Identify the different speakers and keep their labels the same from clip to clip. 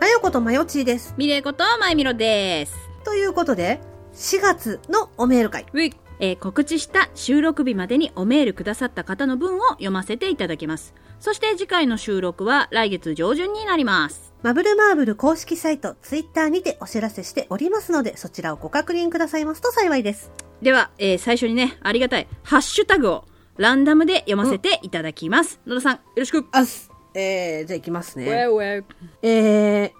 Speaker 1: マヨコとマヨチーです。
Speaker 2: ミレイことまいみろです。
Speaker 1: ということで、4月のおメール会。
Speaker 2: ういえー告知した収録日までにおメールくださった方の文を読ませていただきます。そして次回の収録は来月上旬になります。
Speaker 1: マブルマーブル公式サイト、ツイッターにてお知らせしておりますので、そちらをご確認くださいますと幸いです。
Speaker 2: では、えー最初にね、ありがたい、ハッシュタグをランダムで読ませていただきます。野田さん、よろしく。
Speaker 1: あす。えー、じゃあ行きます
Speaker 2: ウェ
Speaker 1: ね。
Speaker 2: ウェウ
Speaker 1: えー、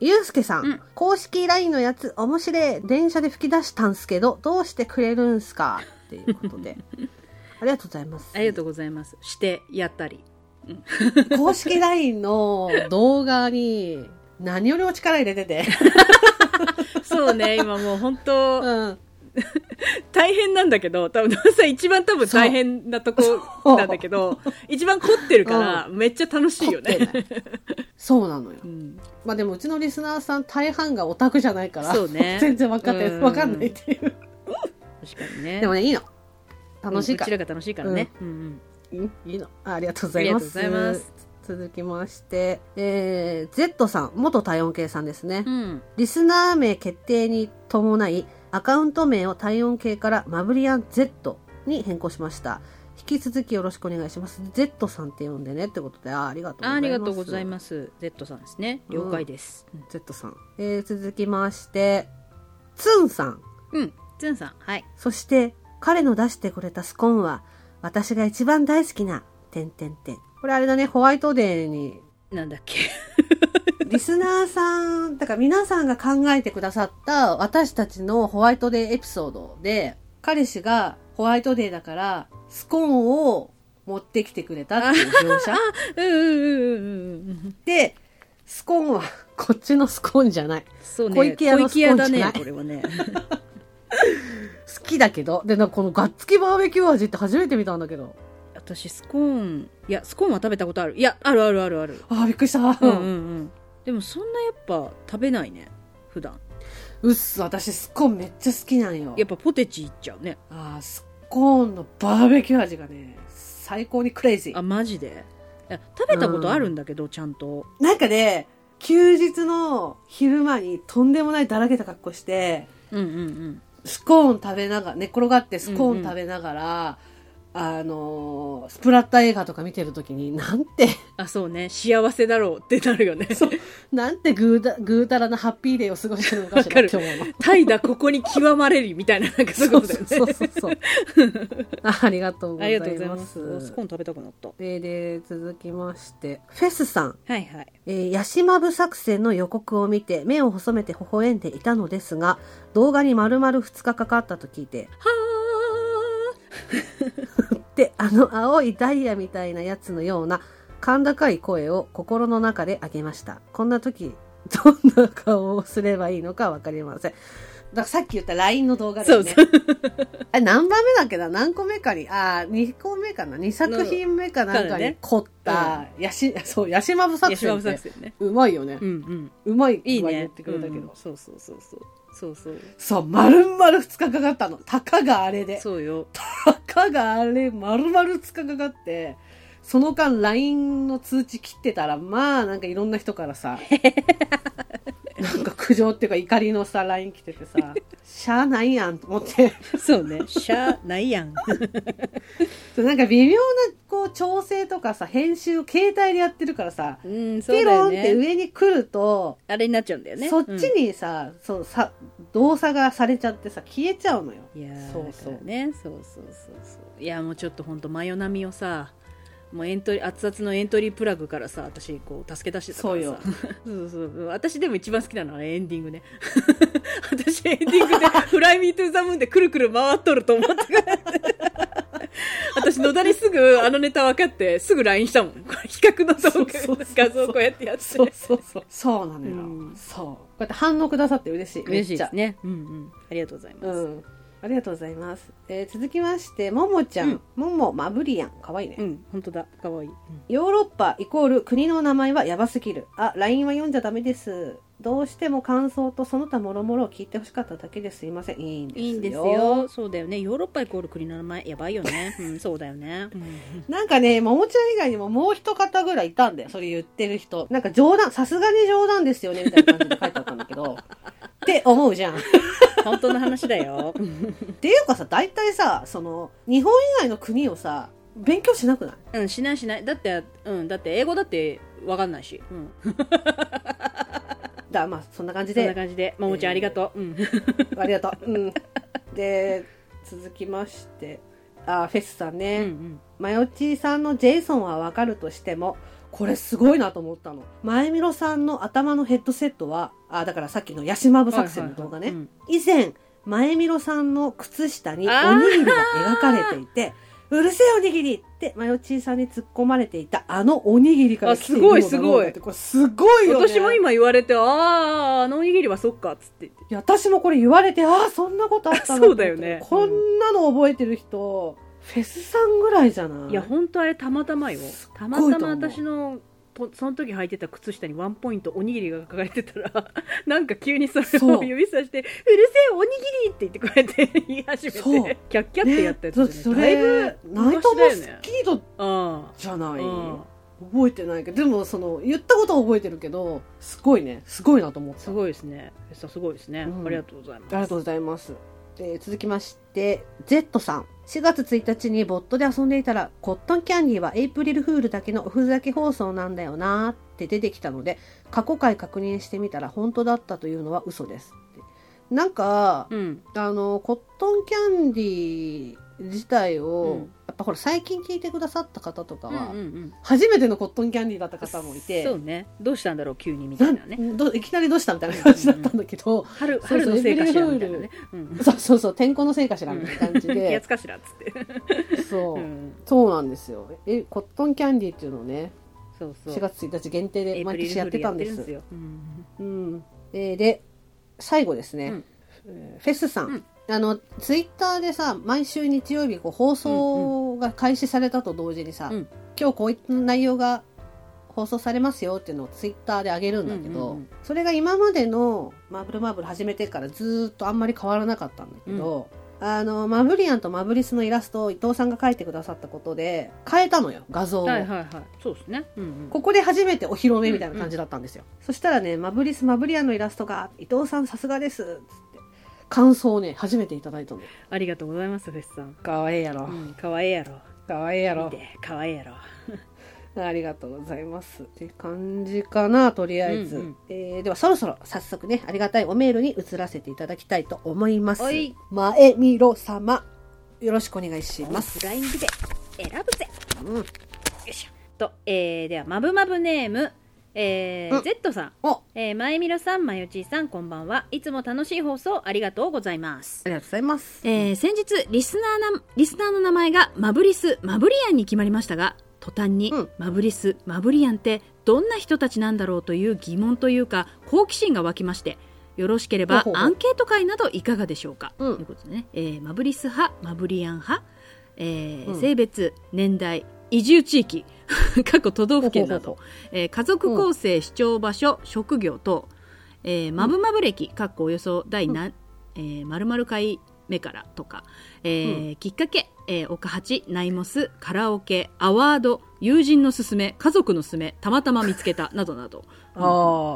Speaker 1: ゆうすけさん,、
Speaker 2: うん
Speaker 1: 公式 LINE のやつ、面白い。電車で吹き出したんすけど、どうしてくれるんすかっていうこと で。ありがとうございます。
Speaker 2: ありがとうございます。して、やったり。
Speaker 1: 公式 LINE の動画に、何よりも力入れてて。
Speaker 2: そう ね、今もう本
Speaker 1: う
Speaker 2: 当、
Speaker 1: ん。
Speaker 2: 大変なんだけど、多分野田さん一番多分大変なとこなんだけ ど、一番凝ってるから、めっちゃ楽しいよ
Speaker 1: 凝っ
Speaker 2: ね。
Speaker 1: てないそうなのよ。
Speaker 2: うん
Speaker 1: まあでもうちのリスナーさん大半がオタクじゃないから、
Speaker 2: そうね
Speaker 1: 全然分かって
Speaker 2: うん
Speaker 1: 分かんないっていう。
Speaker 2: 確かにね。
Speaker 1: でもね、いいの。楽しいか
Speaker 2: うんう
Speaker 1: ら。
Speaker 2: ちらが楽しいからね。うんうん
Speaker 1: いいいのあ。ありがとうございます。
Speaker 2: ありがとうございます
Speaker 1: 続きまして、えー、Z さん、元体温計さんですね。
Speaker 2: うん。
Speaker 1: リスナー名決定に伴い、アカウント名を体温計からマブリアン Z に変更しました。引き続きよろしくお願いします。Z さんって呼んでねってことで、あーありがとうございます。
Speaker 2: ありがとうございます。Z さんですね。了解です。
Speaker 1: Z さん。えー、続きまして、ツンさん。
Speaker 2: うん。ズンさん。はい。
Speaker 1: そして、彼の出してくれたスコーンは、私が一番大好きな、てんてんてん。これあれだね、ホワイトデーに、
Speaker 2: なんだっけ。
Speaker 1: リスナーさん、だから皆さんが考えてくださった、私たちのホワイトデーエピソードで、彼氏がホワイトデーだから、スコーンを持ってきてくれたっていう描写
Speaker 2: うんうんうんうんうん。
Speaker 1: で、スコーンは、こっちのスコーンじゃない。
Speaker 2: そうね。
Speaker 1: 小池屋の
Speaker 2: 小屋だ
Speaker 1: スポンジじゃな
Speaker 2: ね
Speaker 1: い。
Speaker 2: これはね。
Speaker 1: 好きだけど。で、なんかこのガッツキバーベキュー味って初めて見たんだけど。
Speaker 2: 私、スコーン。いや、スコーンは食べたことある。いや、あるあるあるある。
Speaker 1: あー、びっくりした。
Speaker 2: うんうんうん。でも、そんなやっぱ食べないね。普段。
Speaker 1: うっす、私スコーンめっちゃ好きなんよ。
Speaker 2: やっぱポテチいっちゃうね。
Speaker 1: あースコーンのバーベキュー味がね、最高にクレイジ
Speaker 2: あ、
Speaker 1: ー。
Speaker 2: マジで。いや食べたことあるんだけど、ちゃんと。
Speaker 1: なんかね、休日の昼間にとんでもないだらけた格好して、
Speaker 2: うんうんうん。
Speaker 1: スコーン食べながら、寝っ転がってスコーン食べながら、あのースプラッタ映画とか見てるときに、なん て、
Speaker 2: あ、そうね。幸せだろうってなるよね。
Speaker 1: そう、なんてぐうだ、ぐうたらなハッピーデーを過ごしてるのかしらって思うの。
Speaker 2: 怠惰ここに極まれりみたいな、なんか そう
Speaker 1: そ
Speaker 2: いうこ
Speaker 1: う
Speaker 2: とだよ
Speaker 1: そう
Speaker 2: ね。
Speaker 1: そう そう。あありがとうご
Speaker 2: あ
Speaker 1: ざ
Speaker 2: り
Speaker 1: い
Speaker 2: がとうござい
Speaker 1: ま
Speaker 2: ます。ス
Speaker 1: す
Speaker 2: コー。ン食べたくなった。
Speaker 1: で、で、続きまして、フェスさん。
Speaker 2: はいはい。
Speaker 1: えーヤシマブ作戦の予告を見て、目を細めて微笑んでいたのですが、動画に丸々2日かかったと聞いて、
Speaker 2: は
Speaker 1: で、あの青いダイヤみたいなやつのような、甲高い声を心の中で上げました。こんな時、どんな顔をすればいいのかわかりません。だからさっき言った LINE の動画
Speaker 2: ー。
Speaker 1: だ
Speaker 2: そ
Speaker 1: よ
Speaker 2: う
Speaker 1: ね。
Speaker 2: そう。
Speaker 1: あれ何番目だっけな何個目かに、ああ、2個目かな ?2 作品目かなんか
Speaker 2: から
Speaker 1: に
Speaker 2: ね
Speaker 1: 凝った、ヤシ、そう、ヤシマブ作
Speaker 2: ヤシマ
Speaker 1: 戦
Speaker 2: ブ
Speaker 1: って。
Speaker 2: 作戦ね。
Speaker 1: うまいよね
Speaker 2: う。んうん。
Speaker 1: うまい。
Speaker 2: いいね。
Speaker 1: 言ってくれたけど。
Speaker 2: うんそうそうそうそう。そうそう。
Speaker 1: そう、丸々2日かかったの。たかがあれで。
Speaker 2: そうよ。
Speaker 1: たかがあれ、丸々2日かかって、その間 LINE の通知切ってたら、まあなんかいろんな人から さ、なんか苦情っていうか怒りのさ、LINE 来ててさ、しゃあないやんと思って、
Speaker 2: そうね。しゃあないやん。
Speaker 1: そうなんか微妙なこう調整とかさ、編集を携帯でやってるからさ、
Speaker 2: うん、そう
Speaker 1: ピ
Speaker 2: だ
Speaker 1: ロン
Speaker 2: よ
Speaker 1: って
Speaker 2: ね。
Speaker 1: 上に来ると、
Speaker 2: あれになっちゃうんだよね。
Speaker 1: そっちにさ、そうさ、動作がされちゃってさ、消えちゃうのよ。
Speaker 2: うん。いやー
Speaker 1: そうそう
Speaker 2: だからね。そうそうそうそう。いや、もうちょっとほんと、真夜並みをさ、もうエントリー、熱々のエントリープラグからさ、私、こう、助け出してたか
Speaker 1: そ
Speaker 2: らさ。
Speaker 1: うよ。
Speaker 2: そうそうそう私でも一番好きなのはエンディングね 私エンディングで「フライミートゥーザムーンでくるくる回っとると思って 私野田にすぐあのネタ分かってすぐ LINE したもんこれ比較の
Speaker 1: そ
Speaker 2: 動
Speaker 1: うそうそう
Speaker 2: 画画像こうやってやって
Speaker 1: そうそうそう。 そうなのよ。
Speaker 2: うん
Speaker 1: そう。こうやって反応くださって嬉しい。
Speaker 2: 嬉しい
Speaker 1: めっ
Speaker 2: です
Speaker 1: ちゃ
Speaker 2: ねうんうんありがとうございます、
Speaker 1: うん。ありがとうございます。えー続きまして、ももちゃん。
Speaker 2: うん
Speaker 1: もも、マブリアン。かわいいね。
Speaker 2: うん、本当だ。かわいい。
Speaker 1: ヨーロッパイコール国の名前はやばすぎる。あ、LINE は読んじゃダメです。どうしても感想とその他諸々を聞いてほしかっただけですいません。いいんですよ。
Speaker 2: いいんですよ。そうだよね。ヨーロッパイコール国の名前、やばいよ ね。うん、そうだよね。
Speaker 1: なんかね、ももちゃん以外にももう一方ぐらいいたんだよ。それ言ってる人。なんか冗談、さすがに冗談ですよね、みたいな感じで書いてあったんだけど。 って思うじゃん。っ
Speaker 2: 本当の話だよ。
Speaker 1: ていうかさ、大体さ、その、日本以外の国をさ、勉強しなくない
Speaker 2: うん、しないしない。だって、うん、だって英語だってわかんないし。うん。
Speaker 1: だ、まあ、そんな感じ
Speaker 2: そんな
Speaker 1: で、
Speaker 2: 感じで、ももちゃんありがとう。うん。
Speaker 1: ありがとう。うん。で、続きまして、あ、フェスさんね。
Speaker 2: うんうん
Speaker 1: マヨチーさんのジェイソンはわかるとしても、これすごいなと思ったの。マエミロさんの頭のヘッドセットは、あ、だからさっきのヤシマブ作戦の動画ね。
Speaker 2: はいはいはい
Speaker 1: 以前、前見ろさんの靴下にお
Speaker 2: あー
Speaker 1: にぎりが描かれていて、うるせえおにぎりって、マヨチーさんに突っ込まれていたあのおにぎりから
Speaker 2: あ
Speaker 1: 来ているのだろう
Speaker 2: すごい
Speaker 1: なってこれすごい
Speaker 2: うん
Speaker 1: よ、ね。
Speaker 2: 私も今言われて、ああ、あのおにぎりはそっか、つって言って。
Speaker 1: いや私もこれ言われて、ああ、そんなことあったなと思って
Speaker 2: そうだよね
Speaker 1: こんなの覚えてる人、フェスさんぐらいじゃない
Speaker 2: いや、ほんとあれたまたまよ。たま
Speaker 1: ごいと
Speaker 2: た
Speaker 1: 思
Speaker 2: ま
Speaker 1: う
Speaker 2: 私の、とその時履いてた靴下にワンポイントおにぎりが書かれてたら、 なんか急にそれ
Speaker 1: そ
Speaker 2: を
Speaker 1: う
Speaker 2: 指さして、うるせえおにぎりって言ってこうやって言い始めて、
Speaker 1: そう
Speaker 2: キャッキャってやったやつじゃ
Speaker 1: ねそ
Speaker 2: ない、だいぶ
Speaker 1: れ、ナイト
Speaker 2: だ
Speaker 1: モ
Speaker 2: よ
Speaker 1: ス
Speaker 2: ね
Speaker 1: キート
Speaker 2: あ
Speaker 1: じゃない、
Speaker 2: うん
Speaker 1: 覚えてないけど、でもその、言ったことは覚えてるけど、すごいね、すごいなと思っ
Speaker 2: あ、
Speaker 1: た。
Speaker 2: すごいですね。さすごいですね、
Speaker 1: うん
Speaker 2: ありがとうございます。
Speaker 1: ありがとうございます。えー続きまして、Z さん。4月1日にボットで遊んでいたら、コットンキャンディーはエイプリルフールだけのおふざけ放送なんだよなーって出てきたので、過去回確認してみたら本当だったというのは嘘ですって。なんか、
Speaker 2: うん。
Speaker 1: あの、コットンキャンディー自体を、
Speaker 2: うん
Speaker 1: やっぱほら最近聞いてくださった方とかは、
Speaker 2: うんうんうん
Speaker 1: 初めてのコットンキャンディーだった方もいて、
Speaker 2: そうね。どうしたんだろう、急にみた
Speaker 1: ないん
Speaker 2: なね。
Speaker 1: どいきなりどうしたみたいな感じだったんだけど、
Speaker 2: 春、
Speaker 1: そうそう
Speaker 2: 春のせいかしら
Speaker 1: エイ
Speaker 2: み
Speaker 1: プ
Speaker 2: たい
Speaker 1: リル
Speaker 2: な
Speaker 1: フール
Speaker 2: ね。 うん。
Speaker 1: そうそうそう、天候のせいかしらみたいな感じ
Speaker 2: 気
Speaker 1: で
Speaker 2: 圧、かしらっつって。
Speaker 1: そうう、
Speaker 2: ん。
Speaker 1: そうなんですよ。え、コットンキャンディーっていうのをね、
Speaker 2: そうそう。
Speaker 1: 4月1日限定
Speaker 2: エ
Speaker 1: で
Speaker 2: イプ
Speaker 1: 毎
Speaker 2: リル
Speaker 1: 年やってたんです。
Speaker 2: フールやってるんですよ。
Speaker 1: うん。えーで、最後ですね、
Speaker 2: うん
Speaker 1: えーフェスさん。
Speaker 2: うん
Speaker 1: あの、ツイッターでさ、毎週日曜日こう放送が開始されたと同時にさ、
Speaker 2: うん
Speaker 1: 今日こういった内容が放送されますよっていうのをツイッターで上げるんだけど、
Speaker 2: うんうんうん
Speaker 1: それが今までのマブルマブル始めてからずーっとあんまり変わらなかったんだけど、あの、マブリアンとマブリスのイラストを伊藤さんが描いてくださったことで、変えたのよ、画像
Speaker 2: う
Speaker 1: を。
Speaker 2: んはいはいはい。そうですね。うんうん。
Speaker 1: ここで初めてお披露目みたいな感じだったんですよ。そしたらね、マブリス、マブリアンのイラストが、伊藤さんさすがですっつって、感想をね、初めていただいたの。
Speaker 2: ありがとうございます、フェスさん。
Speaker 1: かわいいやろ
Speaker 2: う。ん、かわいいやろ。
Speaker 1: かわいいや
Speaker 2: 見
Speaker 1: ろ。
Speaker 2: て、かわいいやろ。
Speaker 1: ありがとうございます。って感じかな、とりあえず。
Speaker 2: うんうん
Speaker 1: えーでは、そろそろ早速ね、ありがたいおメールに移らせていただきたいと思います
Speaker 2: おい。
Speaker 1: 前見ろ様、よろしくお願いします。
Speaker 2: フライングで選ぶぜ。
Speaker 1: うん。
Speaker 2: よいしょ。と、えー、では、まぶまぶネーム、え
Speaker 1: う
Speaker 2: ー、
Speaker 1: ん
Speaker 2: Z さん。
Speaker 1: おあ
Speaker 2: えー、まえみろさん、まよちーさん、こんばんは。いつも楽しい放送ありがとうございます。
Speaker 1: りがとうございます。
Speaker 2: えー先日リスナーな、リスナーの名前がマブリス、マブリアンに決まりましたが、途端に、
Speaker 1: うん
Speaker 2: マブリス、マブリアンってどんな人たちなんだろうという疑問というか、好奇心が湧きまして、よろしければ
Speaker 1: ほうほうほう
Speaker 2: アンケート会などいかがでしょうか。
Speaker 1: うん
Speaker 2: ということでね、えーマブリス派、マブリアン派、えー
Speaker 1: うん
Speaker 2: 性別、年代、移住地域、 過去都道府県な
Speaker 1: ほう
Speaker 2: ど、えー家族構成、視聴場所、職業等、えー、マブマブ歴、かっこおよそ第何、えー、〇〇回目からとか、えーきっかけ、えー、岡八、ナイモス、カラオケ、アワード、友人のすすめ、家族のすすめ、たまたま見つ けた、などなど、
Speaker 1: あ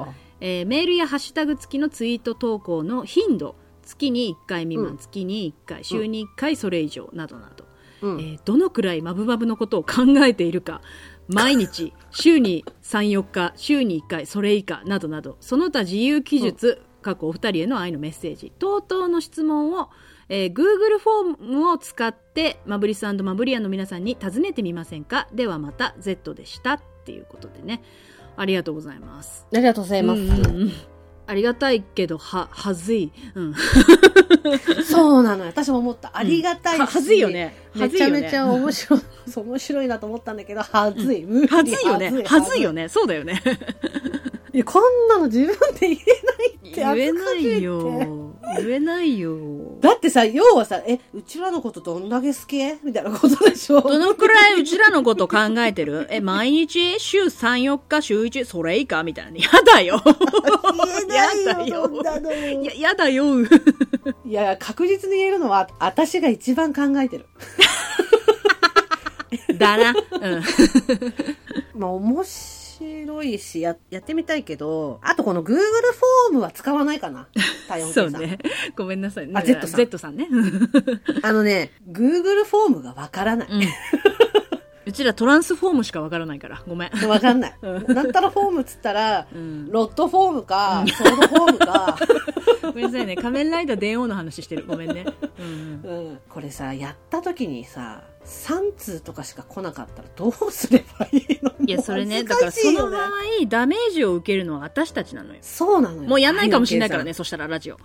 Speaker 1: ー
Speaker 2: えーメールやハッシュタグ付きのツイート投稿の頻度、月に1回未
Speaker 1: う
Speaker 2: 満、
Speaker 1: ん
Speaker 2: 月に1回、週に1回、それ以上、などなど、
Speaker 1: うん
Speaker 2: えーどのくらいマブマブのことを考えているか毎 日週に34日週に1回それ以下などなどその他自由記述、過去お二人への愛のメッセージ等々の質問を、えー Google フォームを使ってマブリスマブリアンの皆さんに尋ねてみませんかではまた Z でしたっていうことでねありがとうございます。
Speaker 1: ありがとうございます。
Speaker 2: うんうんうんありがたいけどははずい、うん、
Speaker 1: そうなのよ私も思った。ありがたいし、
Speaker 2: ははずいよねは
Speaker 1: め
Speaker 2: ずい
Speaker 1: ちゃ
Speaker 2: よね
Speaker 1: めちゃ面白い、 そう面白いなと思ったんだけど、はずい。無理
Speaker 2: はずいよね。はずいよ。ね。そうだよね。
Speaker 1: いや、こんなの自分で言えないって
Speaker 2: 言えないよ
Speaker 1: 恥ずかしいって。
Speaker 2: 言えないよ
Speaker 1: だってさ、要はさ、え、うちらのことどんだけ好きみたいなことでしょ
Speaker 2: どのくらいうちらのこと考えてるえ、毎日週3、4日、週1、それ以下みたいな。やだよ。やだよ。
Speaker 1: そんなのいや
Speaker 2: や、やだよ。
Speaker 1: いや、確実に言えるのは、私が一番考えてる。
Speaker 2: だな。 うん。
Speaker 1: まあ、面白いし、や、やってみたいけど、あとこの Google フォームは使わないかな。体温計
Speaker 2: そ
Speaker 1: さ。
Speaker 2: うんね。ごめんなさい。
Speaker 1: あ Z さん
Speaker 2: Z さんね。
Speaker 1: あのね、Google フォームがわからない。
Speaker 2: うん。うちらトランスフォームしかわからないから。ごめん。
Speaker 1: わかんない。なんたらフォームっつったら、
Speaker 2: うん。
Speaker 1: ロットフォームか、ソードフォームか、
Speaker 2: ごめんなさいね。仮面ライダー電王の話してる。ごめんね。うんうん。
Speaker 1: うん、これさ、やった時にさ、3通とかしか来なかったらどうすればいいの
Speaker 2: いや、それね、
Speaker 1: も
Speaker 2: だ
Speaker 1: う
Speaker 2: から
Speaker 1: 恥ず
Speaker 2: そ
Speaker 1: しい
Speaker 2: の
Speaker 1: よね
Speaker 2: 場合、ダメージを受けるのは私たちなのよ。
Speaker 1: そうなのよ。
Speaker 2: もうやんないかもしれないからね、そしたらラジオ。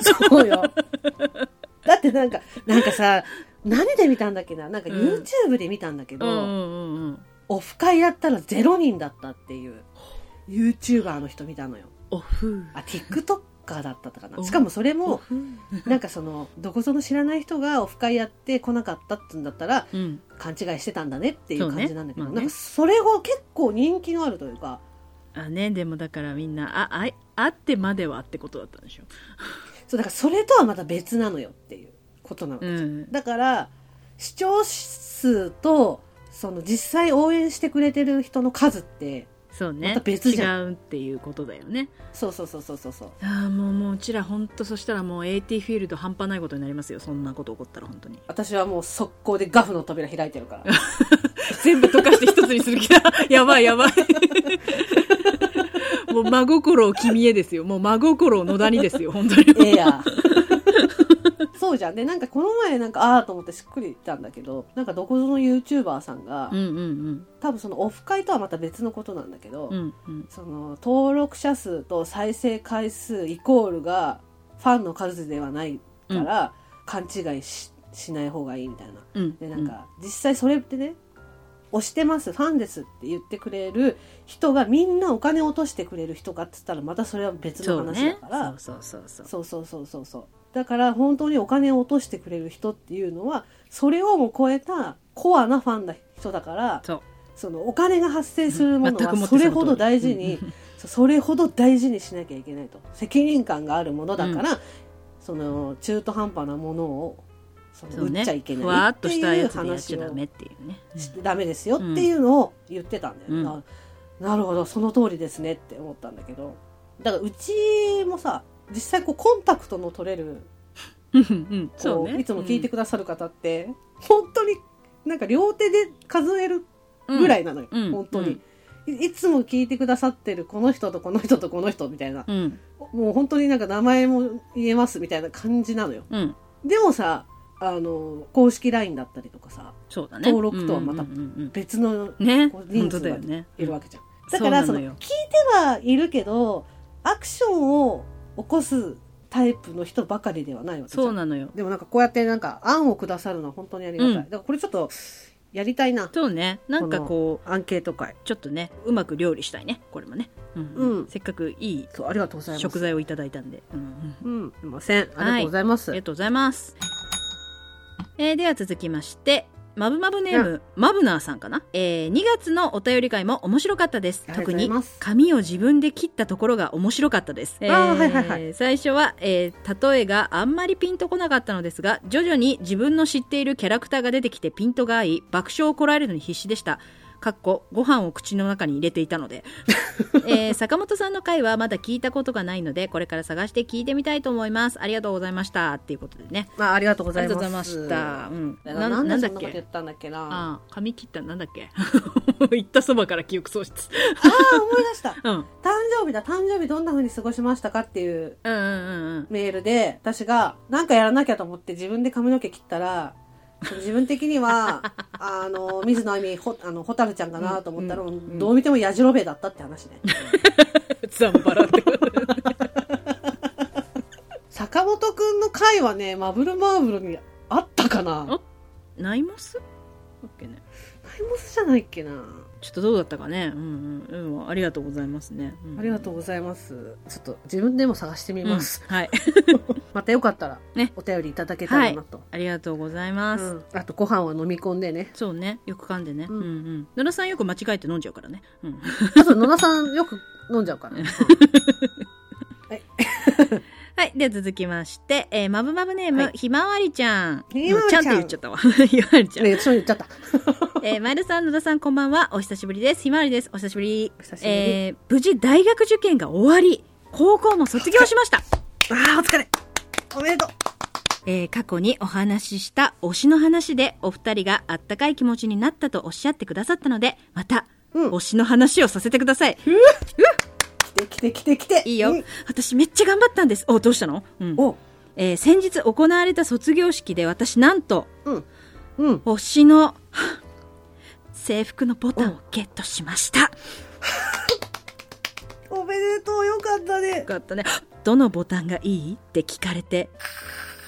Speaker 1: そうよ。だってなんか、なんかさ、何で見たんだっけななんか
Speaker 2: うん
Speaker 1: YouTube で見たんだけ
Speaker 2: う
Speaker 1: ど、
Speaker 2: んうんうんうん。
Speaker 1: オフ会やったら0人だったっていう、YouTuber の人見たのよ。
Speaker 2: オフ。
Speaker 1: あ、TikToker だったか
Speaker 2: う
Speaker 1: な。
Speaker 2: ん
Speaker 1: しかもそれ
Speaker 2: オ
Speaker 1: も、
Speaker 2: フ。
Speaker 1: なんかその、どこぞの知らない人がオフ会やって来なかったっつうんだったら、
Speaker 2: うん。
Speaker 1: 勘違いしてたんだねっていう感じなんだけど、
Speaker 2: そうねまあね
Speaker 1: なんかそれが結構人気があるというか、
Speaker 2: あね、でもだからみんな、あ、あい、あってまではってことだったんでしょ。
Speaker 1: そう、だからそれとはまた別なのよっていうことなの。
Speaker 2: うん。
Speaker 1: だから視聴数とその実際応援してくれてる人の数って
Speaker 2: そう
Speaker 1: ま
Speaker 2: ね。
Speaker 1: た別じゃ
Speaker 2: 違うっていうことだよね。
Speaker 1: そうそうそうそうそうそう
Speaker 2: ああ、もう、もう、うちらほんと、そしたらもう AT フィールド半端ないことになりますよ。そんなこと起こったら本当に。
Speaker 1: 私はもう速攻でガフの扉開いてるから
Speaker 2: 全部溶かして一つにする気だ。 やばいやばい。もう真心を君へですよ。もう真心を野田にですよ。本当に。
Speaker 1: ええやそうじゃんでなんかこの前なんかああーと思ってしっくりいったんだけどなんかどこぞの YouTuber さんが、
Speaker 2: うんうん
Speaker 1: 多分そのオフ会とはまた別のことなんだけど、
Speaker 2: うん。うんうん。
Speaker 1: その登録者数と再生回数イコールがファンの数ではないから、勘違いししない方がいいみたいな
Speaker 2: うん。
Speaker 1: でなんか、実際それってね押してますファンですって言ってくれる人がみんなお金を落としてくれる人かっつったらまたそれは別の
Speaker 2: そう
Speaker 1: 話だ
Speaker 2: ね
Speaker 1: か。
Speaker 2: そ
Speaker 1: ら
Speaker 2: うそうそうそう。
Speaker 1: そう,、そうそうそうそうだから本当にお金を落としてくれる人っていうのはそれをも超えたコアなファンな人だから
Speaker 2: そう
Speaker 1: そのお金が発生するもの
Speaker 2: 全くも
Speaker 1: は
Speaker 2: って
Speaker 1: そ
Speaker 2: の通り
Speaker 1: れほど大事
Speaker 2: う
Speaker 1: に
Speaker 2: んうん
Speaker 1: そうそれほど大事にしなきゃいけないと責任感があるものだから、その中途半端なものをそ
Speaker 2: そ
Speaker 1: の
Speaker 2: う
Speaker 1: 売
Speaker 2: ね
Speaker 1: っちゃいけ
Speaker 2: ふわ
Speaker 1: ない
Speaker 2: ー
Speaker 1: っ
Speaker 2: ってとし
Speaker 1: い
Speaker 2: たや
Speaker 1: う
Speaker 2: つでやっち
Speaker 1: 話
Speaker 2: ゃダ
Speaker 1: を
Speaker 2: メっていうね。
Speaker 1: してダメですよっていうのを言ってたんだよ、
Speaker 2: うん
Speaker 1: ななるほどその通りですねって思ったんだけどだからうちもさ実際こうコンタクトの取れる
Speaker 2: うんうん。そ
Speaker 1: こ
Speaker 2: う
Speaker 1: う
Speaker 2: ね。
Speaker 1: いつも聞いてくださる方って、本当になんか両手で数えるぐら
Speaker 2: い。
Speaker 1: いなのよ、
Speaker 2: うん
Speaker 1: 本当に、いいつも聞いてくださってるこの人とこの人とこの人みたいな、
Speaker 2: うん。
Speaker 1: もう本当になんか名前も言えますみたいな感じなのよ
Speaker 2: うん。
Speaker 1: でもさあの公式 LINE だったりとかさ
Speaker 2: そうだね。
Speaker 1: 登録とはまた
Speaker 2: うんうん
Speaker 1: 別の
Speaker 2: うんうんね。
Speaker 1: こう人
Speaker 2: 本当
Speaker 1: 数
Speaker 2: だ
Speaker 1: が
Speaker 2: よね。
Speaker 1: いるわけじゃん、だからそ
Speaker 2: そう
Speaker 1: の
Speaker 2: なのよ
Speaker 1: 聞いてはいるけどアクションを起こすタイプの人ばかりではないわけじゃん
Speaker 2: そうなのよ。
Speaker 1: でもなんかこうやってなんか案をくださるのは本当にありがたい、
Speaker 2: うん
Speaker 1: だからこれちょっとやりたいな
Speaker 2: そうね。なんかこ
Speaker 1: アンケート会
Speaker 2: う、ちょっとね、うまく料理したいね。これもね。うんう。
Speaker 1: うんん
Speaker 2: せっかくいい
Speaker 1: そうありがとうございます
Speaker 2: 食材をいただいたんで。うんうん
Speaker 1: うんすいませんありがとうございます、
Speaker 2: ありがとうございます。えーでは続きまして、マブマブネーム、マブナーさんかな、えー、2月のお便り会も面白かったです。
Speaker 1: ありがと
Speaker 2: 特
Speaker 1: うござ
Speaker 2: に
Speaker 1: います
Speaker 2: 髪を自分で切ったところが面白かったです。えー
Speaker 1: はいはいは
Speaker 2: 最初は、えー例えがあんまりピンとこなかったのですが、徐々に自分の知っているキャラクターが出てきてピントが合い、爆笑をこらえるのに必死でした。かっこご飯を口の中に入れていた ので、えー坂本さんの回はまだ聞いたことがないのでこれから探して聞いてみたいと思いますありがとうございましたっていうことでね
Speaker 1: まあ、ありがとうご
Speaker 2: あ
Speaker 1: ざ
Speaker 2: り
Speaker 1: い
Speaker 2: がとう
Speaker 1: ま
Speaker 2: ご
Speaker 1: す
Speaker 2: ざいました、うん、
Speaker 1: だから
Speaker 2: な
Speaker 1: なん
Speaker 2: なん
Speaker 1: で
Speaker 2: だ
Speaker 1: そ
Speaker 2: っ
Speaker 1: んなこと言
Speaker 2: け
Speaker 1: ったんだっけなあ
Speaker 2: ああ髪切ったなんだっけ 言ったそばから記憶喪失
Speaker 1: あー思い出した
Speaker 2: うんうん
Speaker 1: 誕生日だ誕生日どんな風に過ごしましたかっていう
Speaker 2: うんうん
Speaker 1: メールで私がなんかやらなきゃと思って自分で髪の毛切ったら自分的には あの水野亜美ほあの蛍ちゃんかなと思ったら、
Speaker 2: うんうんうん
Speaker 1: どう見てもやじろべえだったって話ね
Speaker 2: ざんばら ってことで
Speaker 1: 坂本くんの回はねマブルマーブルにあったかな
Speaker 2: あナイモスだっけね
Speaker 1: タイムスじゃないっけな
Speaker 2: ちちょっとどうだったかね。うんうん。うん、ありがとうございますね。
Speaker 1: ありがとう
Speaker 2: う
Speaker 1: ございます。ちょっと自分でも探してみ
Speaker 2: ございま
Speaker 1: ますす。。
Speaker 2: うんはい。
Speaker 1: またよかったら
Speaker 2: ね
Speaker 1: お便りいただけたらなと。
Speaker 2: ありがとうございます。
Speaker 1: うんあとご飯は飲み込んで ね。
Speaker 2: そうね。よく噛んでね。う
Speaker 1: うんん
Speaker 2: うん。野田さんよく間違えて飲んじゃうからね。うん。
Speaker 1: あと野田さんよく飲んじゃうから。
Speaker 2: はい。では続きまして、えー、まぶまぶネーム、
Speaker 1: はい
Speaker 2: ひまわりちゃん。
Speaker 1: ひまわりちゃん
Speaker 2: もうって言っちゃったわ。 ひまわりちゃん。
Speaker 1: ね、そう言っちゃった。
Speaker 2: えー、まるさん、野田さん、こんばんは。お久しぶりです。ひまわりです。お久しぶり。
Speaker 1: お久しぶり
Speaker 2: えー、無事大学受験が終わり、高校も卒業しました。
Speaker 1: ああ、お疲れ。おめでとう。
Speaker 2: えー過去にお話しした推しの話でお二人があったかい気持ちになったとおっしゃってくださったので、また、
Speaker 1: うん
Speaker 2: 推しの話をさせてください。
Speaker 1: 来て来て来て来て。
Speaker 2: いいよ
Speaker 1: うん。
Speaker 2: 私めっちゃ頑張ったんです。お、どうしたのうん。
Speaker 1: お、
Speaker 2: えー先日行われた卒業式で私なんと、
Speaker 1: うん。うん。
Speaker 2: 推しの、はぁ制服のボタンをゲットしました。
Speaker 1: おめでとう。よかったね
Speaker 2: よ。かったね。どのボタンがいいって聞かれて、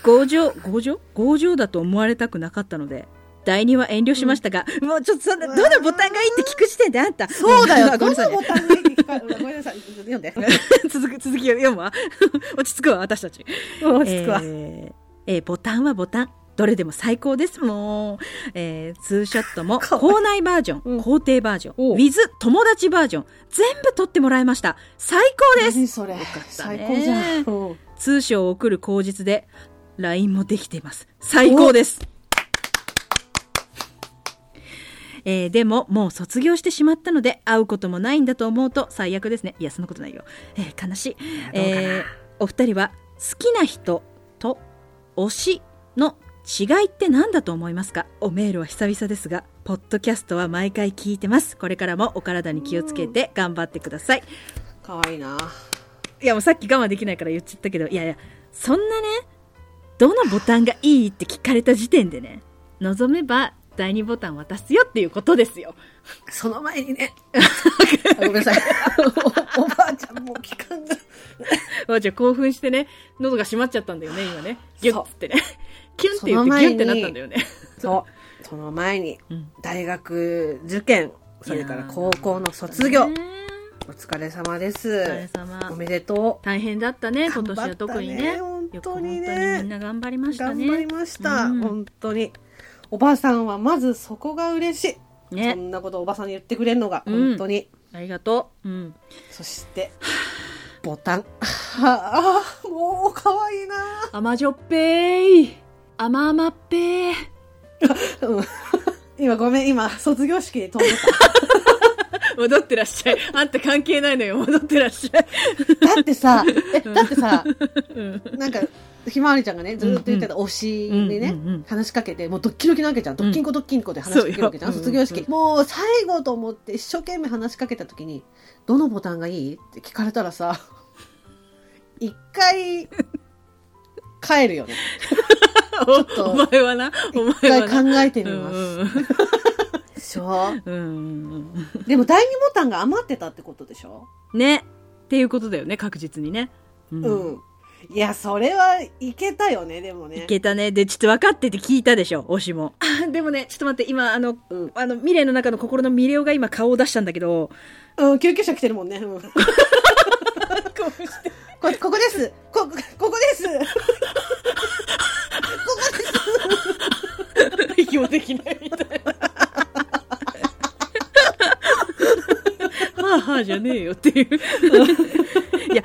Speaker 2: 強情、強情強情だと思われたくなかったので、第2は遠慮しましたが、もうちょっとそんな、
Speaker 1: う
Speaker 2: ど
Speaker 1: わ
Speaker 2: の
Speaker 1: ー
Speaker 2: ボタンがいいって聞く時点であんた。
Speaker 1: そうだ よ。
Speaker 2: ご
Speaker 1: ど
Speaker 2: め
Speaker 1: の
Speaker 2: んなさいね
Speaker 1: ボ。タンがいいって聞かごめんなさい。読んで。
Speaker 2: 続く、続きを読むわ。 落ち着くわ、私たち。
Speaker 1: 落ち着くわ
Speaker 2: え。ーえーボタンはボタン。どれでも最高です、もう。えー、ツーショットも、
Speaker 1: かわいい
Speaker 2: 校内バージョン、
Speaker 1: うん
Speaker 2: 校庭バージョン、
Speaker 1: おう
Speaker 2: with 友達バージョン、全部撮ってもらいました。最高です
Speaker 1: 何それ。
Speaker 2: たね
Speaker 1: 最高じゃん。うん
Speaker 2: 通称を送る口実で LINE もできています最高ですえーでももう卒業してしまったので会うこともないんだと思うと最悪ですねいやそんなことないよ、えー悲しい
Speaker 1: いやどうかな
Speaker 2: えーお二人は好きな人と推しの違いって何だと思いますかおメールは久々ですがポッドキャストは毎回聞いてますこれからもお体に気をつけて頑張ってください
Speaker 1: かわいいな。
Speaker 2: いやもうさっき我慢できないから言っちゃったけどいやいやそんなねどのボタンがいいって聞かれた時点でね望めば第2ボタン渡すよっていうことですよ
Speaker 1: その前にね。 ごめんなさい。 おおばあちゃんもう聞かんが。
Speaker 2: わじゃあ興奮してね喉が閉まっちゃったんだよね今ねギュッつってね キュンって言っ
Speaker 1: その
Speaker 2: てギ
Speaker 1: 前
Speaker 2: ュン
Speaker 1: に
Speaker 2: ってなったんだよね
Speaker 1: そう。その前に、
Speaker 2: うん
Speaker 1: 大学受験、それから高校の卒
Speaker 2: ね
Speaker 1: 業、お疲れ様です。
Speaker 2: お疲れ様
Speaker 1: おめでと
Speaker 2: 大変だったね今年は特に
Speaker 1: 頑張
Speaker 2: ねよ
Speaker 1: った
Speaker 2: く
Speaker 1: ね
Speaker 2: 本
Speaker 1: 本当
Speaker 2: 当に
Speaker 1: にね
Speaker 2: みんな頑張りま
Speaker 1: う。
Speaker 2: した
Speaker 1: 頑
Speaker 2: ね
Speaker 1: 張りました。
Speaker 2: うん
Speaker 1: 本当に。おばあさんはまずそこが嬉しい。
Speaker 2: ね
Speaker 1: そんなことおばさんに言ってくれるのが、
Speaker 2: うん
Speaker 1: 本当に。
Speaker 2: ありがとううん
Speaker 1: そして、ボタン。ああ、もう可愛いな。
Speaker 2: 甘じょっぺーい甘々っぺー
Speaker 1: うん今ごめん、今、卒業式で飛んで
Speaker 2: 戻ってらっしゃい。あんた関係ないのよ。戻ってらっしゃい。
Speaker 1: た。だってさ、え、だってさ、
Speaker 2: うん。
Speaker 1: なんか、ひまわりちゃんがね、ずっと言ってた推しにね、
Speaker 2: うんうんうん
Speaker 1: 話しかけて、もうドッキドキなわけじゃん。ドッキンコドッキンコで話しかけるわけじゃん。
Speaker 2: そうよ
Speaker 1: 卒業式、
Speaker 2: うん
Speaker 1: もう最後と思って一生懸命話しかけた時に、どのボタンがいいって聞かれたら さ、一回、帰る よね。
Speaker 2: お
Speaker 1: っと
Speaker 2: お前はな、お
Speaker 1: 一
Speaker 2: 前は
Speaker 1: 回
Speaker 2: な。
Speaker 1: 考えてみ
Speaker 2: う
Speaker 1: ます。
Speaker 2: ん
Speaker 1: でしょ
Speaker 2: うんうん
Speaker 1: でも第二ボタンが余ってたってことでしょ
Speaker 2: うん。ね。っていうことだよね、確実にね。う
Speaker 1: うん。いや、それはいけたよね、でもね。
Speaker 2: いけたね。で、ちょっと分かってて聞いたでしょ、推しも。あでもね、ちょっと待って、今、あの、
Speaker 1: うん
Speaker 2: あの、ミレイの中の心のミレオが今顔を出したんだけど、
Speaker 1: うん、救急車来てるもんね。うん こ、ここです。こ、ここです。ここです。
Speaker 2: 息もできないみたいな。 はあはあじゃねえよって いう。いや、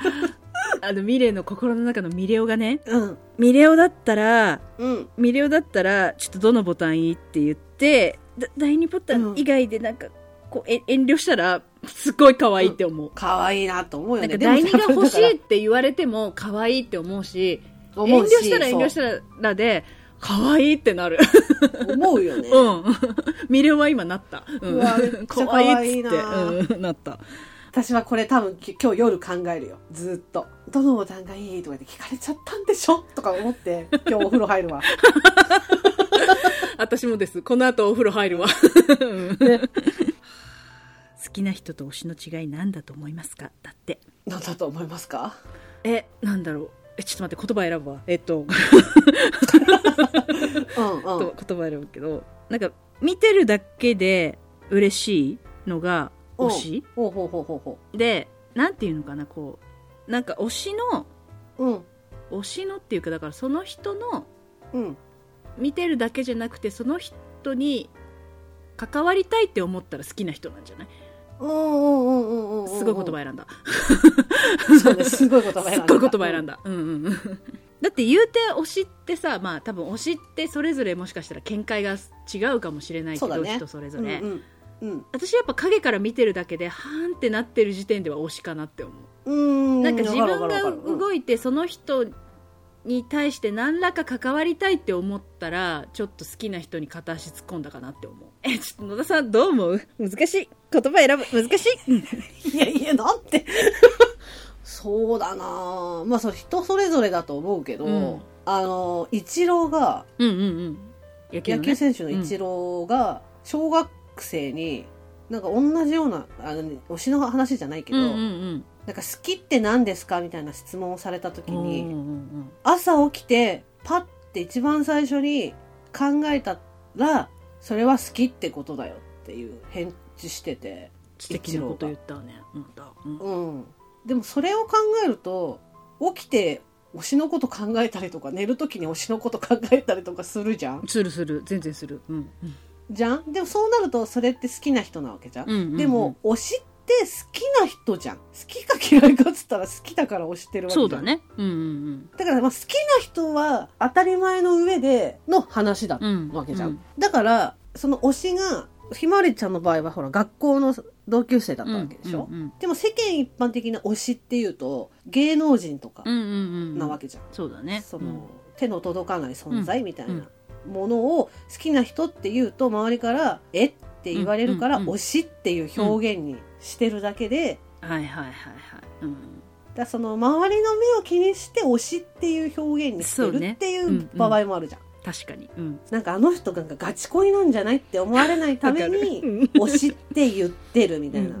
Speaker 2: あの、ミレイの心の中のミレオがね、
Speaker 1: うん。
Speaker 2: ミレオだったら、
Speaker 1: うん。
Speaker 2: ミレオだったら、ちょっとどのボタンいいって言って、だ第2ボタン
Speaker 1: うん
Speaker 2: 以外でなんか、こう、え遠慮したら、すっごい可愛いって思う。
Speaker 1: 可愛いなと思うよ
Speaker 2: な
Speaker 1: ね。
Speaker 2: んか
Speaker 1: でも
Speaker 2: 第2が欲しいっ
Speaker 1: だか
Speaker 2: て言われても、可愛いって思うし、
Speaker 1: ら
Speaker 2: 遠
Speaker 1: 思
Speaker 2: 慮
Speaker 1: う
Speaker 2: したら遠慮したたらで、可愛いってなる。
Speaker 1: ら。思うよね。
Speaker 2: うん。ミレオは今なった。うん
Speaker 1: うわめっちゃ。
Speaker 2: 可愛いっつっ
Speaker 1: 可愛い
Speaker 2: て、うん、なった。
Speaker 1: 私はこれ多分き今日夜考えるよ。ずーっと。どのボタンがいいとかって聞かれちゃったんでしょとか思 って、今日お風呂入るわ。
Speaker 2: 私もです。この後お風呂入るわ。
Speaker 1: ね
Speaker 2: 好きな人と推しの違いなんだと思いますかだって。
Speaker 1: なんだと思いますか
Speaker 2: え、なんだろう。え、ちょっと待って、言葉選ぶわ。えっと、
Speaker 1: うんうん。
Speaker 2: 言葉選ぶけど、なんか、見てるだけで嬉しいのが推し
Speaker 1: ほうほうほうほうほ
Speaker 2: でなんていうのかなこうなんか推しの
Speaker 1: ううん
Speaker 2: 推しのっていうかだからその人の
Speaker 1: うん
Speaker 2: 見てるだけじゃなくてその人に関わりたいって思ったら好きな人なんじゃない
Speaker 1: おうんうんうんうん
Speaker 2: すごい言葉選んだ
Speaker 1: そうねすごい言葉選ん
Speaker 2: すっ
Speaker 1: だ
Speaker 2: ごい言葉選んだ、うんうんうん、 だって言うて推しってさまあ多分推しってそれぞれもしかしたら見解が違うかもしれないけ
Speaker 1: そうだ
Speaker 2: ど、
Speaker 1: ね
Speaker 2: 人それぞ
Speaker 1: うん
Speaker 2: れ、
Speaker 1: うんうん
Speaker 2: 私やっぱ影から見てるだけではーんってなってる時点では推しかなって思う
Speaker 1: うん
Speaker 2: なんか自
Speaker 1: わ
Speaker 2: 分
Speaker 1: るわるわ
Speaker 2: が
Speaker 1: かるうん
Speaker 2: 動いてその人に対して何らか関わりたいって思ったらちょっと好きな人に片足突っ込んだかなって思う えちょっと野田さんどう思う難しい言葉選ぶ難しい
Speaker 1: いやいや、だって、そうだなぁまあ、そう、人それぞれだと思うけど、
Speaker 2: うん
Speaker 1: あの、イチローが、
Speaker 2: うんうんうん野球,、
Speaker 1: 野
Speaker 2: ね、
Speaker 1: 球選手のイチローが、小学生に、なんか同じような、あの、推しの話じゃないけど、
Speaker 2: うんうん
Speaker 1: なんか好きって何ですかみたいな質問をされた時
Speaker 2: うんうん
Speaker 1: に、
Speaker 2: うん
Speaker 1: 朝起きて、パッて一番最初に考えたら、それは好きってことだよっていう返事してて、
Speaker 2: 素敵なこと言ったわねまた、うん
Speaker 1: うん、でもそれを考えると起きて推しのこと考えたりとか寝る時に推しのこと考えたりとかするじゃん
Speaker 2: するする全然する、うんうん
Speaker 1: じゃんでもそうなるとそれって好きな人なわけじゃん、
Speaker 2: うんうんうん
Speaker 1: でも推しって好きな人じゃん好きか嫌いかっつったら好きだから推してるわけじゃん
Speaker 2: そうだねうんうん
Speaker 1: だからまあ好きな人は当たり前の上での話だ
Speaker 2: うん
Speaker 1: わけじゃん、
Speaker 2: うん
Speaker 1: だからその推しがひまわりちゃんの場合はほら学校の同級生だ
Speaker 2: だ
Speaker 1: ったわけでしょ、
Speaker 2: うん
Speaker 1: でも世間一般的な推しっていうと芸能人とか
Speaker 2: うんうんうんうん
Speaker 1: なわけじゃん、
Speaker 2: そうだね
Speaker 1: その、
Speaker 2: うん
Speaker 1: 手の届かない存在みたい
Speaker 2: うん
Speaker 1: なものを好きな人っていうと周りから「えっ?」て言われるから
Speaker 2: うんうんうん
Speaker 1: 推しっていう表現にしてるだけで、
Speaker 2: はいはいはいはい、うん
Speaker 1: だからその周りの目を気にして推しっていう表現にして
Speaker 2: そうね
Speaker 1: るってい
Speaker 2: ん
Speaker 1: う
Speaker 2: うん
Speaker 1: 場合もあるじゃん。
Speaker 2: 確かに、うん、
Speaker 1: なんかあの人なんかガチ恋なんじゃないって思われないた めに
Speaker 2: み
Speaker 1: 推しって言ってるみた
Speaker 2: た
Speaker 1: い
Speaker 2: いな
Speaker 1: な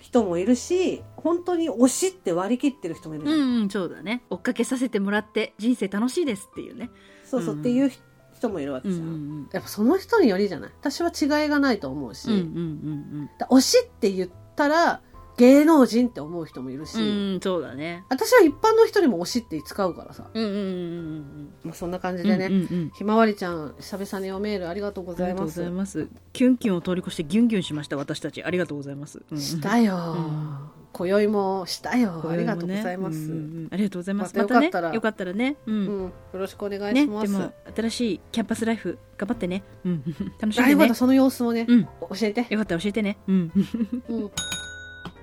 Speaker 1: 人もいるし本当に推しって割り切ってる人もいる
Speaker 2: う
Speaker 1: じゃん
Speaker 2: んうんそうだね追っかけさせてもらって人生楽しいですっていうね
Speaker 1: そうそう
Speaker 2: うん
Speaker 1: っていう人もいるわけ
Speaker 2: う
Speaker 1: じ
Speaker 2: ん
Speaker 1: ゃ
Speaker 2: うん
Speaker 1: ん、
Speaker 2: うん
Speaker 1: やっぱその人によりじゃない私は違いがないと思うし、
Speaker 2: うんうん
Speaker 1: だ推しって言ったら芸能人って思う人もいるし、
Speaker 2: うんうんうんそうだね
Speaker 1: 私は一般の人にも推しって使うからさ、
Speaker 2: うんうんうん
Speaker 1: まあ、そんな感
Speaker 2: う
Speaker 1: じ
Speaker 2: ん
Speaker 1: でね、
Speaker 2: うんうんうん
Speaker 1: ひまわりちゃん久々におメールありがとうご
Speaker 2: あり
Speaker 1: ざい
Speaker 2: がとう
Speaker 1: ま
Speaker 2: ご
Speaker 1: す
Speaker 2: ざいますキュンキュンを通り越してギュンギュンしました私たちありがとうございます、うんうん
Speaker 1: したよ、
Speaker 2: ん
Speaker 1: 今宵もしたよ、
Speaker 2: こ
Speaker 1: あり
Speaker 2: れもね
Speaker 1: がとうございます、
Speaker 2: うんうんありがとうございます
Speaker 1: ま
Speaker 2: ま
Speaker 1: たよかっ
Speaker 2: たね
Speaker 1: たら
Speaker 2: よかったらねう
Speaker 1: うんんよろしくお願い
Speaker 2: ね
Speaker 1: しま、
Speaker 2: ですも新しいキャンパスライフ頑張ってねうん 楽しん
Speaker 1: ライ
Speaker 2: で
Speaker 1: ブまた
Speaker 2: ね
Speaker 1: その様子をね、
Speaker 2: うん
Speaker 1: 教えて、
Speaker 2: よかったら教えてねうん
Speaker 1: うん、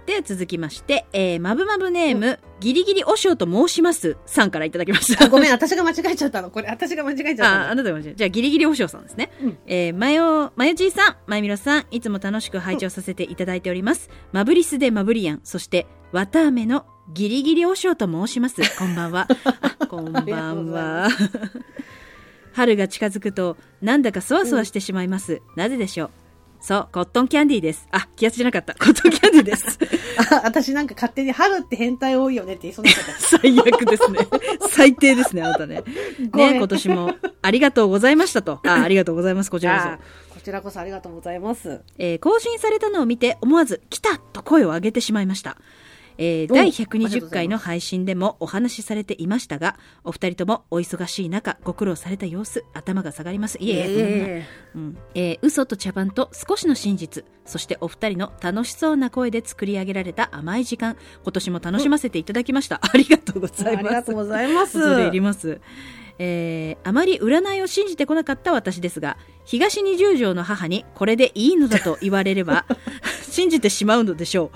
Speaker 2: では続きまして、えー、まぶまぶネーム、ギリギリおしおと申しますさんからいただきました。
Speaker 1: ごめん私が間違えちゃったのこれ私が間違えちゃったの
Speaker 2: あ、あなたが間違えじゃあ、ギリギリおしおさんですね。
Speaker 1: うん
Speaker 2: えー、まよ、まよちいさん、まゆみろさん、いつも楽しく拝聴させていただいております。まぶりすでまぶりやん、そして、わたあめのギリギリおしおと申します。こんばん は。あこん
Speaker 1: ありがと
Speaker 2: ば
Speaker 1: うご
Speaker 2: ん
Speaker 1: ざいま。
Speaker 2: は春が近づくと、なんだかそわそわしてしまいます。なぜでしょうそう、コットンキャンディーです。あ、気圧じゃなかった。コットンキャンディーです。
Speaker 1: あ 私なんか勝手に春って変態多いよねって言いそうになっちゃった。
Speaker 2: 最悪ですね。最低ですね、あなたね。
Speaker 1: ごめん
Speaker 2: ね、今年もありがとうございましたと。あありがとうございます、こちらこそ。
Speaker 1: あこちらこそありがとうございます。
Speaker 2: えー更新されたのを見て思わず来たと声を上げてしまいました。えー
Speaker 1: お
Speaker 2: 第
Speaker 1: ありがとうござ
Speaker 2: 120
Speaker 1: い
Speaker 2: 回
Speaker 1: ま
Speaker 2: の配信でもお話しされていましたが、お二人ともお忙しい中、ご苦労された様子、頭が下がります。いえいえ、とんでもないうんえー嘘と茶番と少しの真実そしてお二人の楽しそうな声で作り上げられた甘い時間今年も楽しませていただきました、ありがとうございます
Speaker 1: ありがとうございます
Speaker 2: 恐れ入りますえーあまり占いを信じてこなかった私ですが東二十条の母にこれでいいのだと言われれば信じてしまうのでしょ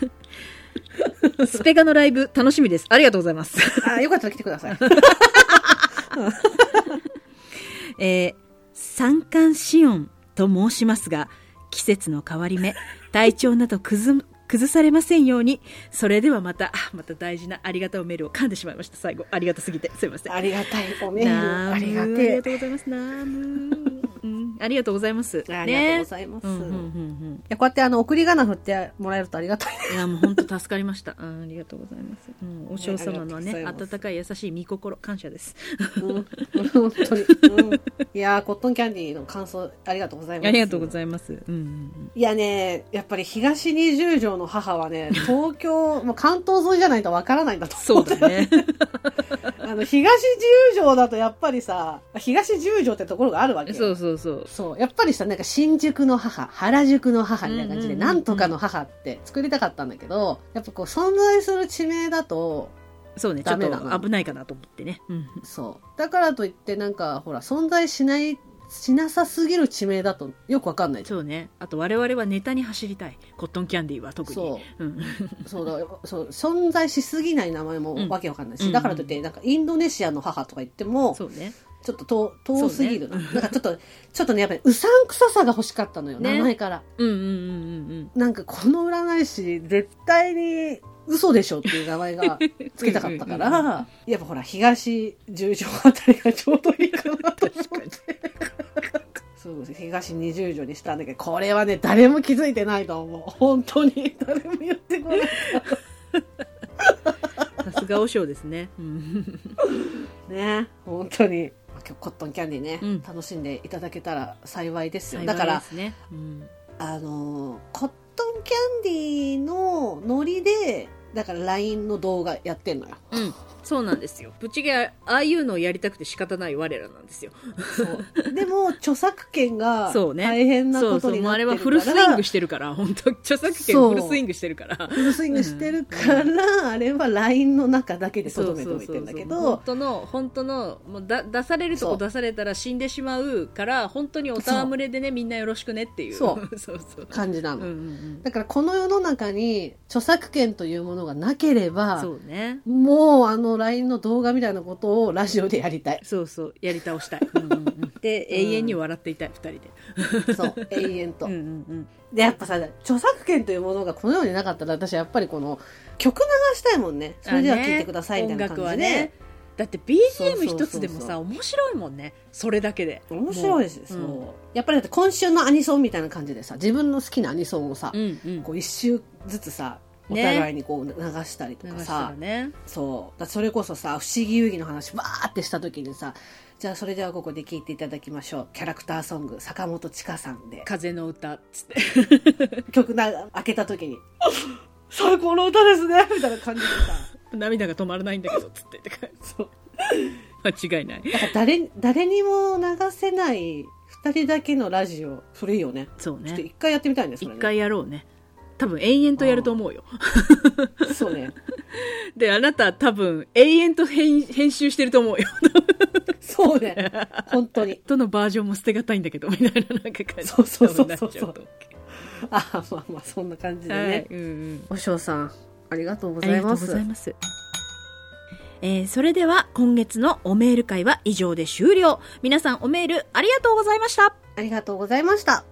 Speaker 2: う スペガのライブ楽しみですありがとうございます
Speaker 1: あ、よかったら来てくだ さい。
Speaker 2: えー三寒四温と申しますが季節の変わり目体調など崩崩されませんようにそれではまたあまた大事なありがとうメールを噛んでしまいました最後ありがたすぎてすいません
Speaker 1: ありがたい。ごめん。
Speaker 2: ナム
Speaker 1: ありが
Speaker 2: あり
Speaker 1: て
Speaker 2: がとうございますナム、うん、ありがとうございます。
Speaker 1: ありがとうご
Speaker 2: い
Speaker 1: ざいます。
Speaker 2: うんうんうん
Speaker 1: いやこうやってあの送り仮名振ってもらえるとありが たい。
Speaker 2: うん。いや、もう本当助かりました。うんありがとうございます。うん、お嬢様の
Speaker 1: あり
Speaker 2: ね、
Speaker 1: がとうございます
Speaker 2: 温かい優しい見心、感謝です。
Speaker 1: うん、本当に、うん。いやーコットンキャンディーの感想ありがとうございます。
Speaker 2: ありがとうご
Speaker 1: い
Speaker 2: ざいます。うんうん
Speaker 1: ます。いやね、やっぱり東二十条の母はね、東京、もう関東沿いじゃないとわからないんだと
Speaker 2: そうだね。
Speaker 1: あの、東十条だとやっぱりさ、東十条ってところがあるわけよ。
Speaker 2: そうそうそう。
Speaker 1: そう。やっぱりさ、なんか新宿の母、原宿の母みたいな感じで、
Speaker 2: うんうんうんう
Speaker 1: なんんとかの母って作りたかったんだけど、やっぱこう存在する地名だと、
Speaker 2: そうね、ちょ
Speaker 1: ダ
Speaker 2: っ
Speaker 1: メだな
Speaker 2: と危ないかなと思ってね。うん
Speaker 1: そう。だからといって、なんかほら、存在しない、しなさすぎる地名だとよくわかんないじゃん。
Speaker 2: そうね。あと我々はネタに走りたい。コットンキャンディーは特に。
Speaker 1: そ
Speaker 2: うん
Speaker 1: そうだ、そう、存在しすぎない名前もわけわかんないし、
Speaker 2: うん
Speaker 1: だからといって、なんかインドネシアの母とか言っても、
Speaker 2: そうね。
Speaker 1: ちょっと遠遠すぎるな。
Speaker 2: そう
Speaker 1: な
Speaker 2: ね
Speaker 1: んかちょっと、ちょっとね、やっぱりうさんくささが欲しかったのよ、
Speaker 2: ね
Speaker 1: 名前から。
Speaker 2: うんうんうんうん
Speaker 1: なんかこの占い師、絶対に嘘でしょっていう名前 がつけたかったか
Speaker 2: うんう
Speaker 1: ら、やっぱほら、東十条あたりがちょうどいいかなと思って。そう東二十条にしたんだけど、これはね、誰も気づいてないと思う。本当に。誰も言ってこない。
Speaker 2: うん。さすが和尚ですね。うん
Speaker 1: ね本当にまあ今日コットンキャンディーね、
Speaker 2: うん
Speaker 1: 楽しんでいただけたら幸いですよ
Speaker 2: 幸い
Speaker 1: だか
Speaker 2: で
Speaker 1: ら
Speaker 2: すね。うん
Speaker 1: あのーコットンキャンディーのノリでだから LINE の動画やってんのよ
Speaker 2: うん。そうなんですよ。ぶっちゃけ、ああいうのをやりたくて仕方ない我らなんですよ。
Speaker 1: そうでも著作権が
Speaker 2: そうね
Speaker 1: 大変な
Speaker 2: そ
Speaker 1: こ
Speaker 2: うそ
Speaker 1: と
Speaker 2: う、
Speaker 1: に
Speaker 2: も
Speaker 1: な
Speaker 2: う
Speaker 1: っ
Speaker 2: あ
Speaker 1: てる
Speaker 2: れ
Speaker 1: か
Speaker 2: は
Speaker 1: ら
Speaker 2: フルスイングしてるから、本当著作権フルスイングしてるから。
Speaker 1: フルスイングしてるから、あれは LINE の中だけでとどめておいてんだけど
Speaker 2: 本当の本当のもうだ出されると
Speaker 1: そ
Speaker 2: こ
Speaker 1: う
Speaker 2: 出されたら死んでしまうから本当にお戯れでねみんなよろしくねっていう
Speaker 1: そう
Speaker 2: そうそう
Speaker 1: 感じな
Speaker 2: うん
Speaker 1: の、
Speaker 2: うんうん
Speaker 1: だからこの世の中に著作権というものがなければ
Speaker 2: そうね
Speaker 1: もうあの LINE の動画みたいなことをラジオでやり たい。
Speaker 2: そうそうやり倒 したい、うんうんうんで永遠に笑っていたい二人で、
Speaker 1: そう、永遠と
Speaker 2: うん。うん
Speaker 1: で、やっぱさ、著作権というものがこの世になかったら、私はやっぱりこの曲流したいもんね。それでは聴いてくださいみたいな感じで。
Speaker 2: あね音楽はね
Speaker 1: ね、
Speaker 2: だって
Speaker 1: そうそう
Speaker 2: BGM
Speaker 1: そう
Speaker 2: 一つでもさ面白いもんねそれだけで
Speaker 1: 面白いですよ、
Speaker 2: もう
Speaker 1: そう。やっぱりだって今週のアニソンみたいな感じでさ、自分の好きなアニソンをさ、
Speaker 2: うんうん
Speaker 1: こう一周ずつさ、お
Speaker 2: ね
Speaker 1: 互いにこう流したりと
Speaker 2: 流
Speaker 1: か
Speaker 2: した
Speaker 1: さ、
Speaker 2: らね
Speaker 1: そう。だそれこそさ、不思議遊戯の話、わーってした時にさ、じゃあそれではここで聴いていただきましょう。キャラクターソング、坂本千佳さんで、
Speaker 2: 「風の歌」っつって
Speaker 1: 曲な開けた時に「最高の歌ですね」みたいな感じでさ
Speaker 2: 涙が止まらないんだけどっつって
Speaker 1: そう
Speaker 2: 間違いない
Speaker 1: だから誰誰にも流せない2人だけのラジオそれいいよね
Speaker 2: そう
Speaker 1: ちょっと
Speaker 2: ね
Speaker 1: 一回やってみたいんです
Speaker 2: 一
Speaker 1: ね
Speaker 2: 回やろうね多分延々とやると思うよ
Speaker 1: そうね
Speaker 2: であなた多分永遠と編編集してると思うよ
Speaker 1: そうね本当に
Speaker 2: どのバージョンも捨てがたいんだけどみたいななんか感じ
Speaker 1: そうそうそうそう
Speaker 2: 多分なっちゃと思
Speaker 1: あまあまあそんな感じで
Speaker 2: うけど
Speaker 1: ね、
Speaker 2: はいうんうん
Speaker 1: おしょうさんありがとうご
Speaker 2: あ
Speaker 1: ざ
Speaker 2: り
Speaker 1: い
Speaker 2: がとうご
Speaker 1: ます
Speaker 2: ざいます。えーそれでは今月のおメール会は以上で終了。皆さんおメールありがとうございました。
Speaker 1: ありがとうございました